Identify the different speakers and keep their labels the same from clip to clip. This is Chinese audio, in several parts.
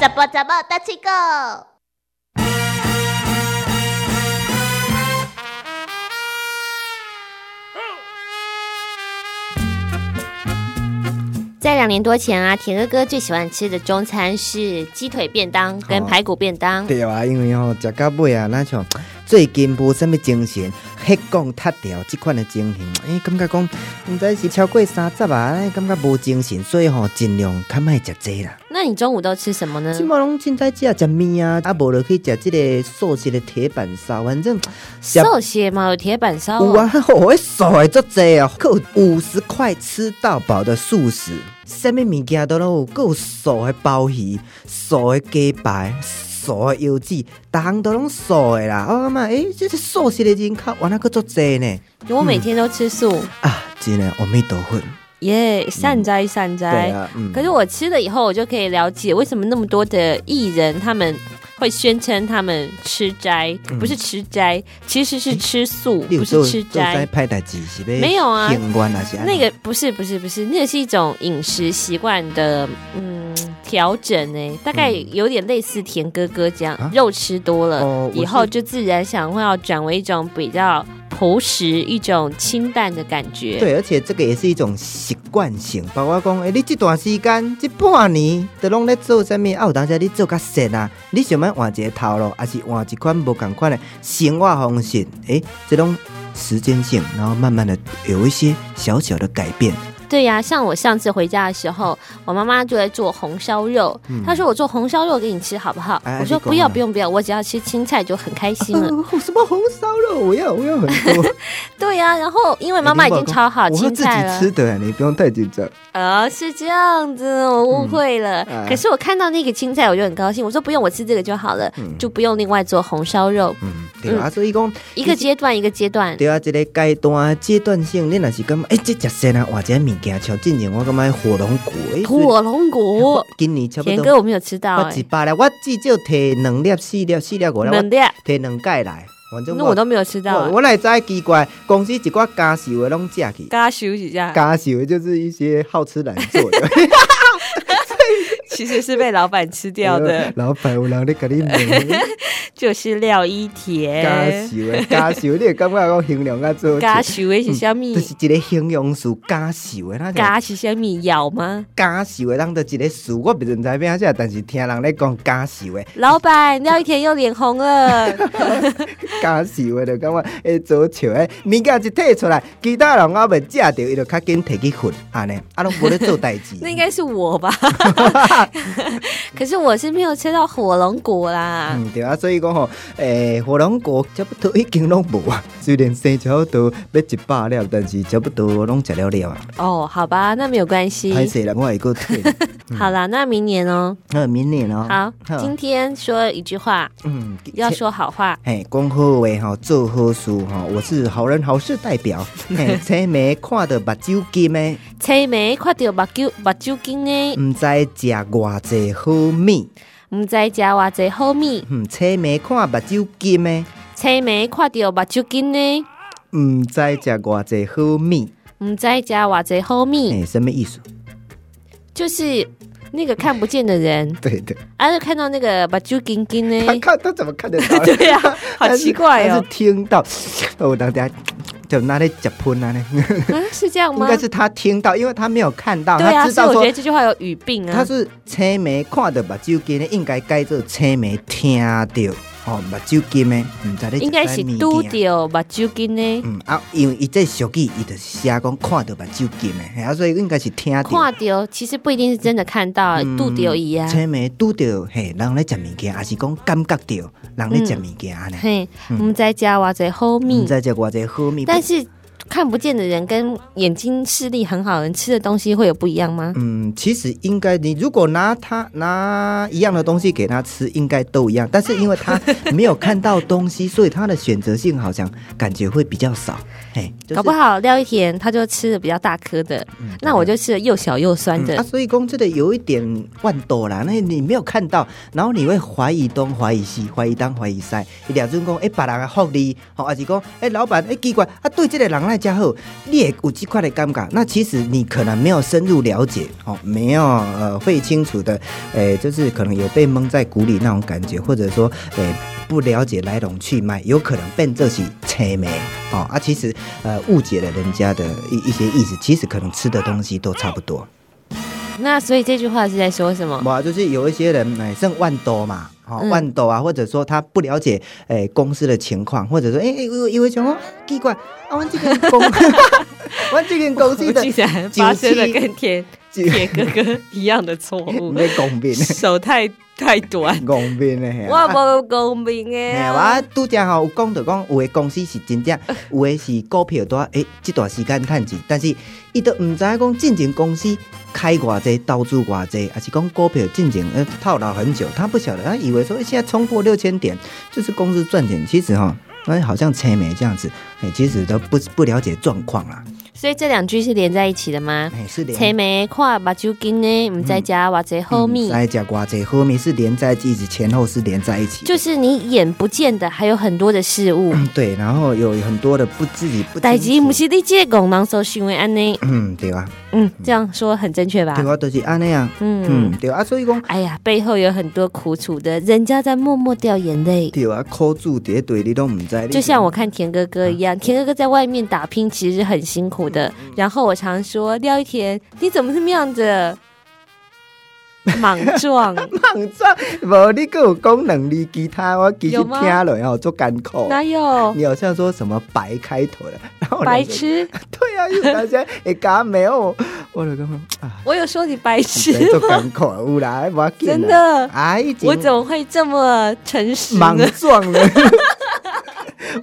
Speaker 1: 怎么怎么大七狗？在两年多前啊，铁哥哥最喜欢吃的中餐是鸡腿便当跟
Speaker 2: 哦
Speaker 1: 排骨便当。
Speaker 2: 对啊，因为吼、食到尾啊，咱像最近无什物精神，迄讲踢掉即款的精神，诶、感觉讲毋知是超过三十啊，咱感觉无精神，所以吼、尽量较莫食这啦。
Speaker 1: 那你中午都吃什么呢
Speaker 2: 即？满拢凊彩食食面啊，啊无就去食即个素食的铁板烧，反正食
Speaker 1: 寿喜嘛，有铁板烧、
Speaker 2: 有啊， 我数的足济啊，还有五十块吃到饱的素食，什么物件都拢有，还有素的鲍鱼、素的鸡排、素的腰子，逐项都拢素的啦。我感觉诶，这是素食的人口原来佫足济呢
Speaker 1: 我每天都吃素，
Speaker 2: 啊！真的阿弥陀佛，
Speaker 1: 耶、善哉善
Speaker 2: 对
Speaker 1: 哉。
Speaker 2: 啊，嗯，
Speaker 1: 可是我吃了以后，我就可以了解为什么那么多的艺人他们会宣称他们吃斋，
Speaker 2: 嗯
Speaker 1: 不是吃斋，其实是吃素，
Speaker 2: 你有
Speaker 1: 不
Speaker 2: 做
Speaker 1: 是
Speaker 2: 做
Speaker 1: 吃
Speaker 2: 在
Speaker 1: 斋。
Speaker 2: 派代志是呗？
Speaker 1: 没有啊
Speaker 2: 相关啊是安
Speaker 1: 那
Speaker 2: 尼
Speaker 1: 个不是不是不是，那个是一种饮食习惯的嗯调整哎、大概有点类似田哥哥这样，
Speaker 2: 嗯啊
Speaker 1: 肉吃多了、
Speaker 2: 哦我
Speaker 1: 以
Speaker 2: 是
Speaker 1: 后就自然想会要转为一种比较朴实、一种清淡的感觉。
Speaker 2: 对，而且这个也是一种习惯性，包括讲，诶、你这段时间这半年都拢咧做啥物，啊，有当时你做较闲啊，你想要换一个头路，还是换一款无共款的生活方式，诶、这种时间性，然后慢慢的有一些小小的改变，
Speaker 1: 对呀、像我上次回家的时候，我妈妈就在做红烧肉，她说我做红烧肉给你吃好不好？
Speaker 2: 嗯哎
Speaker 1: 我说
Speaker 2: 你讲
Speaker 1: 不要
Speaker 2: 啊
Speaker 1: 不用不要，我只要吃青菜就很开心 了。
Speaker 2: 哦什么红烧肉，我要我要很多，
Speaker 1: 对呀、然后因为妈妈已经炒 好
Speaker 2: 哎我是
Speaker 1: 青
Speaker 2: 自
Speaker 1: 菜
Speaker 2: 己
Speaker 1: 了
Speaker 2: 吃，的，啊你不用太紧张。
Speaker 1: 哦，是这样子，我误会了。
Speaker 2: 嗯哎
Speaker 1: 可是我看到那个青菜我就很高兴，我说不用，我吃这个就好了，就不用另外做红烧肉。
Speaker 2: 嗯，对啊，所以讲。
Speaker 1: 一个阶段一个阶段，
Speaker 2: 对啊，一个阶段阶段性，你若是感觉，哎、这食鲜啊，换一个物件，像之前我感觉火龙果，哎、
Speaker 1: 火龙果
Speaker 2: 我，哦今年差不
Speaker 1: 田
Speaker 2: 多
Speaker 1: 哥我没有吃到
Speaker 2: 我
Speaker 1: 哎、
Speaker 2: 一百来，我至少摕两粒、四粒、四粒五粒，我
Speaker 1: 冷的呀，
Speaker 2: 摕两届来。反正
Speaker 1: 嗯那我都没有吃到、
Speaker 2: 我
Speaker 1: 哎
Speaker 2: 我哪会知奇怪，公司一寡家属的拢食 去，
Speaker 1: 大家休息一下，
Speaker 2: 家属的就是一些好吃懒 做的，
Speaker 1: 其实是被老板吃掉的。
Speaker 2: 老板有人咧甲 你问，
Speaker 1: 就是廖一田，
Speaker 2: 家属的家属，你会感觉我形容较啊做，
Speaker 1: 加修的是虾米
Speaker 2: 嗯就？是一个形容词，家属的那种
Speaker 1: 加是虾米咬吗？
Speaker 2: 家属的，咱就一个词，我不认知咩啥，但是听人咧讲家属的，
Speaker 1: 老板，廖一田又脸红 了。
Speaker 2: 假是话就感觉会左笑诶，物件一摕出来，其他人我未食着，伊就较紧摕去困，安尼，啊拢无咧做代志
Speaker 1: 。那应该是我 吧？可是我是没有吃到火龙果啦。
Speaker 2: 嗯，对啊，所以讲吼，诶、火龙果差不多已经拢无啊。虽然生差不多要一百粒，但是差不多拢食了了啊。
Speaker 1: 哦，好吧，那没有关系。
Speaker 2: 歹势啦，我会个 退。
Speaker 1: 好啦，那明年哦。
Speaker 2: 那明年哦，
Speaker 1: 好，今天说一句话，
Speaker 2: 嗯，
Speaker 1: 要说好话。
Speaker 2: 嘿，讲好话吼，做好事吼，我是好人好事代 表。嘿，青梅看到目睭金的，
Speaker 1: 青梅看到目睭目睭金的，
Speaker 2: 毋知食偌济好米。
Speaker 1: 唔知食偌济好米。
Speaker 2: 嗯，青梅看目睭金的，
Speaker 1: 青梅看到目睭金的，
Speaker 2: 毋知食偌济好米，
Speaker 1: 唔知食偌济好
Speaker 2: 诶、
Speaker 1: 米，
Speaker 2: 什么 意思？
Speaker 1: 就是那个看不见的人。
Speaker 2: 对的，
Speaker 1: 啊，就看到那个把酒金金
Speaker 2: 他
Speaker 1: 呢，
Speaker 2: 看他怎么看得到？
Speaker 1: 对呀、 好
Speaker 2: 他是
Speaker 1: 奇怪
Speaker 2: 他
Speaker 1: 哦
Speaker 2: 是，听到，哦我当下就拿来夹喷啊呢，
Speaker 1: 嗯，是这样
Speaker 2: 应
Speaker 1: 吗
Speaker 2: 该？是他听到，因为他没有看到，
Speaker 1: 对啊，
Speaker 2: 他知
Speaker 1: 所以
Speaker 2: 道
Speaker 1: 我觉得
Speaker 2: 说。
Speaker 1: 这句话有语病
Speaker 2: 他
Speaker 1: 啊。
Speaker 2: 是青梅看到目睭金的，应该改做青梅听到哦，目睭金的，毋知咧
Speaker 1: 应该是嘟
Speaker 2: 嘟
Speaker 1: 掉把酒金呢，
Speaker 2: 啊嗯啊，因为伊这俗语，伊就是写讲看到目睭金的，嘿啊，所以应该是听到。
Speaker 1: 看掉其实不一定是真的看到，
Speaker 2: 嗯
Speaker 1: 嘟掉啊一样。
Speaker 2: 青梅拄着嘿，人咧食物件，还是讲感觉着
Speaker 1: 嗯
Speaker 2: 人咧食物件呢？嗯
Speaker 1: 嘿，我们在家哇，在后
Speaker 2: 毋
Speaker 1: 面，
Speaker 2: 知食偌济好米，
Speaker 1: 但是看不见的人跟眼睛视力很好的人吃的东西会有不一样吗？
Speaker 2: 嗯，其实应该你如果拿他拿一样的东西给他吃，应该都一样。但是因为他没有看到东西，所以他的选择性好像感觉会比较少。嘿，就是嗯
Speaker 1: 搞不好廖一田他就吃的比较大颗的，那我就吃的又小又酸的。
Speaker 2: 嗯啊，所以讲这个有一点万多啦，那你没有看到，然后你会怀疑东怀疑西，怀疑东怀疑西。伊俩阵讲，哎、别人的福利，吼，还是讲，哎、老板，哎、奇怪，啊，对这个人来加好，你也有这块的尴尬。那其实你可能没有深入了解，哦，没有呃会清楚的，诶、就是可能有被蒙在鼓里那种感觉，或者说，诶、不了解来龙去脉，有可能变这是催眉哦啊，其实呃误解了人家的一一些意思，其实可能吃的东西都差不多。
Speaker 1: 那所以这句话是在说什么？
Speaker 2: 哇，就是有一些人哎剩万多嘛，好、
Speaker 1: 嗯
Speaker 2: 万多啊，或者说他不了解哎公司的情况，或者说哎哎有有一种哦奇怪，啊，我这 个公，我这个公司
Speaker 1: 我
Speaker 2: 的
Speaker 1: 竟然发生了跟铁
Speaker 2: 九
Speaker 1: 铁哥哥一样的错 误，
Speaker 2: 没公平，
Speaker 1: 手太太 短，
Speaker 2: 公平的嘿啊。啊
Speaker 1: 我无公平
Speaker 2: 哎
Speaker 1: 诶。
Speaker 2: 呀，我拄则吼有讲着讲，有的公司是 真正，有的是股票多，诶、这段时间趁钱，但是伊都毋知影讲进前公司开偌济，投资偌济，还是讲股票进前呃套牢很久，他不晓得，他以为说诶现在冲破六千点就是公司赚钱，其实哈，哎好像催眉这样子，哎、其实都不不了解状况啦，
Speaker 1: 所以这两句是连在一起的吗？
Speaker 2: 哎、是连嗯
Speaker 1: 青梅看目睭金呢，唔知加或者后面。
Speaker 2: 在加瓜这后面是连在一起，前后是连在一起的，
Speaker 1: 就是你眼不见的，还有很多的事物。
Speaker 2: 对，然后有很多的不自己嗯不
Speaker 1: 代志
Speaker 2: 清楚
Speaker 1: 不是你这个戆人所想的安尼，
Speaker 2: 嗯，对啊，
Speaker 1: 嗯，这样说很正确吧
Speaker 2: 对？啊，就是安尼啊。嗯
Speaker 1: 嗯，，
Speaker 2: 对啊，所以讲
Speaker 1: 哎呀，背后有很多苦楚的，人家在默默掉眼泪。
Speaker 2: 对啊，苦主叠对你都唔知，
Speaker 1: 就像我看田哥哥一
Speaker 2: 嗯
Speaker 1: 样，田哥哥在外面打拼其实很辛苦的。然后我常说廖一田，你怎么是那样子 莽撞？
Speaker 2: 胖壮，无你还有讲两字其他，我其实
Speaker 1: 有
Speaker 2: 听
Speaker 1: 吗
Speaker 2: 了吼足艰苦。
Speaker 1: 哪有
Speaker 2: 你好像说什么白开头的，然后我就
Speaker 1: 白，痴？
Speaker 2: 对啊，有大家会讲没有，我就讲啊，
Speaker 1: 我有说你白痴
Speaker 2: 真足
Speaker 1: 吗？
Speaker 2: 艰苦，有啦，无要紧
Speaker 1: 真
Speaker 2: 啦，
Speaker 1: 的，
Speaker 2: 啊，已经
Speaker 1: 我怎么会这么诚实
Speaker 2: 莽
Speaker 1: 呢？
Speaker 2: 撞了。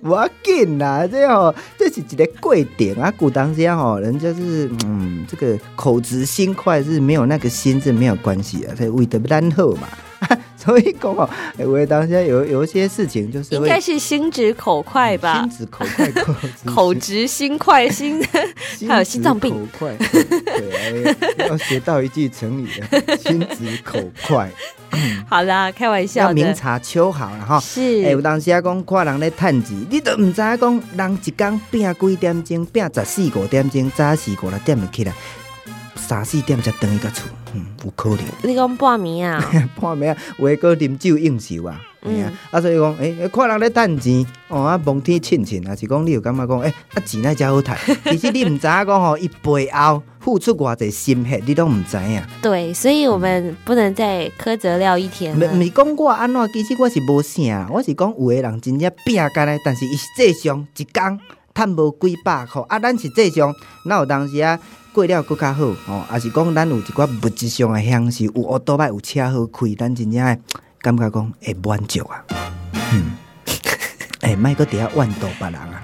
Speaker 2: 无要紧啦，这吼、这是一个贵点啊。古当时吼、人家是嗯，这个口直心快是没有那个心是没有关系啊，所以为得咱好嘛。 所以讲哦，哎我当下有有一些事情就是
Speaker 1: 应
Speaker 2: 会
Speaker 1: 该是心直口快吧
Speaker 2: 心？直口快，口直
Speaker 1: 口直心快心，
Speaker 2: 心
Speaker 1: 还有心脏病
Speaker 2: 直口快，对，哎要学到一句成语 了，心直口快，
Speaker 1: 好啦，开玩
Speaker 2: 要
Speaker 1: 笑
Speaker 2: 明
Speaker 1: 的，
Speaker 2: 察秋毫了哈。哎、有
Speaker 1: 是
Speaker 2: 当时啊讲看人咧趁钱，你都毋知影啊讲人一工拼几点钟，拼十四五点钟，早四五六点就起来，三四点才等伊到厝，嗯，有可能。
Speaker 1: 你讲半暝啊，
Speaker 2: 半暝啊，有诶搁啉酒应酬啊，嗯啊
Speaker 1: 嗯，
Speaker 2: 啊所以讲，诶、看人咧趁钱，哦啊，望天亲亲啊，是讲你有感觉讲，诶、啊钱乃才好趁， 其实你毋知影啊讲吼，伊背后付出偌济心血，你都毋知啊影。
Speaker 1: 对，所以我们不能再苛责廖一田
Speaker 2: 毋毋
Speaker 1: 了。
Speaker 2: 是讲我安怎，其实我是无啥，我是讲有的人真正拼干嘞，但是伊实际上一工趁无几百箍，啊，咱实际上哪有当时啊过了搁较好吼，啊、是讲咱有一寡物质上的享受，有学倒摆有车好开，咱真正的感觉讲会满足啊，嗯，哎，莫搁伫遐怨妒别 人啊，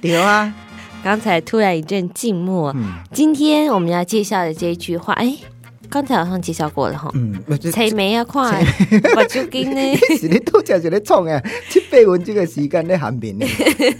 Speaker 2: 对啊，
Speaker 1: 刚才突然一阵静默，
Speaker 2: 嗯
Speaker 1: 今天我们要介绍的这一句话，哎，刚才好像介绍过了哈。
Speaker 2: 嗯，我这
Speaker 1: 才没啊，快，我就给 呢。
Speaker 2: 是你拄则是咧创诶，七八分这个时间咧寒冰咧，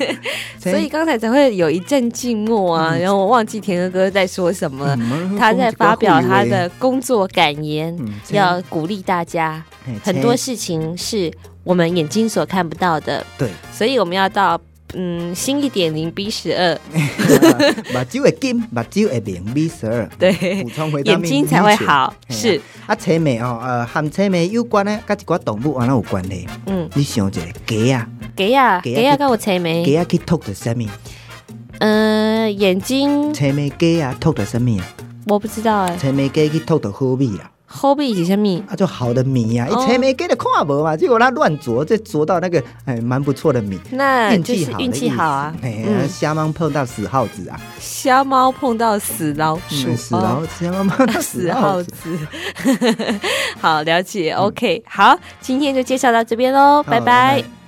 Speaker 1: 所以刚才才会有一阵静默啊，然后我忘记田哥哥在说什么，
Speaker 2: 嗯
Speaker 1: 他在发表他的工作感言
Speaker 2: 嗯，这样
Speaker 1: 要鼓励大家。
Speaker 2: 嘿
Speaker 1: 很多事情是我们眼睛所看不到的，
Speaker 2: 对，
Speaker 1: 所以我们要到嗯新一点零 B 十二，
Speaker 2: 目睭会金，目睭会明，B 十二，
Speaker 1: 对
Speaker 2: 补，充回
Speaker 1: 眼睛才会。好。是，
Speaker 2: 啊，青梅哦，呃，和青梅有关呢，甲一寡动物安那有关系。
Speaker 1: 嗯，
Speaker 2: 你想一下，鸡啊，
Speaker 1: 给呀
Speaker 2: 给
Speaker 1: 给
Speaker 2: 呀
Speaker 1: 呀，跟我猜
Speaker 2: 鸡
Speaker 1: 没？
Speaker 2: 啊去吐着什么？
Speaker 1: 嗯，眼睛
Speaker 2: 青梅鸡啊吐着什么啊？
Speaker 1: 我不知道哎
Speaker 2: 青梅鸡去吐着好米啦，
Speaker 1: ，hobby 是什么？
Speaker 2: 啊，就好的米啊，
Speaker 1: 哦
Speaker 2: 一青梅鸡就看无嘛，结果它乱啄，这啄到那个哎蛮不错的米。
Speaker 1: 那
Speaker 2: 运
Speaker 1: 就
Speaker 2: 气
Speaker 1: 是
Speaker 2: 好的意思，
Speaker 1: 运气好啊。
Speaker 2: 哎，
Speaker 1: 嗯，
Speaker 2: 瞎猫碰到死耗子啊，
Speaker 1: 瞎猫碰到死老鼠，
Speaker 2: 嗯死耗
Speaker 1: 哦
Speaker 2: 子，瞎猫碰到
Speaker 1: 死
Speaker 2: 死
Speaker 1: 耗
Speaker 2: 耗子。
Speaker 1: 子。好，了解。OK，好，今天就介绍到这边喽，拜拜哦
Speaker 2: 拜。